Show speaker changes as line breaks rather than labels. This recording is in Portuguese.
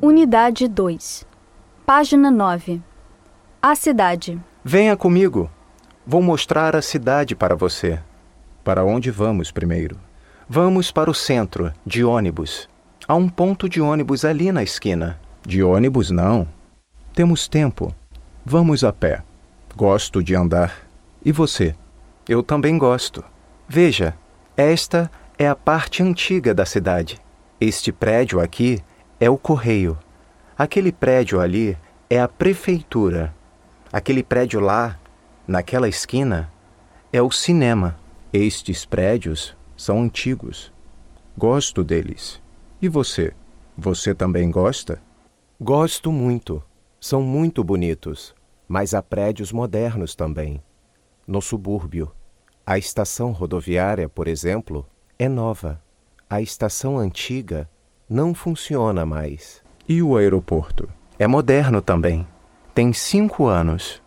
Unidade 2. Página 9. A cidade.
Venha comigo. Vou mostrar a cidade para você. Para onde vamos primeiro? Vamos para o centro, de ônibus. Há um ponto de ônibus ali na esquina. De ônibus, não. Temos tempo. Vamos a pé. Gosto de andar. E você? Eu também gosto. Veja, esta é a parte antiga da cidade. Este prédio aqui é o correio. Aquele prédio ali é a prefeitura. Aquele prédio lá, naquela esquina, é o cinema. Estes prédios são antigos. Gosto deles. E você? Você também gosta?
Gosto muito. São muito bonitos. Mas há prédios modernos também. No subúrbio, a estação rodoviária, por exemplo, é nova. A estação antiga não funciona mais.
E o aeroporto? É moderno também. Tem cinco anos.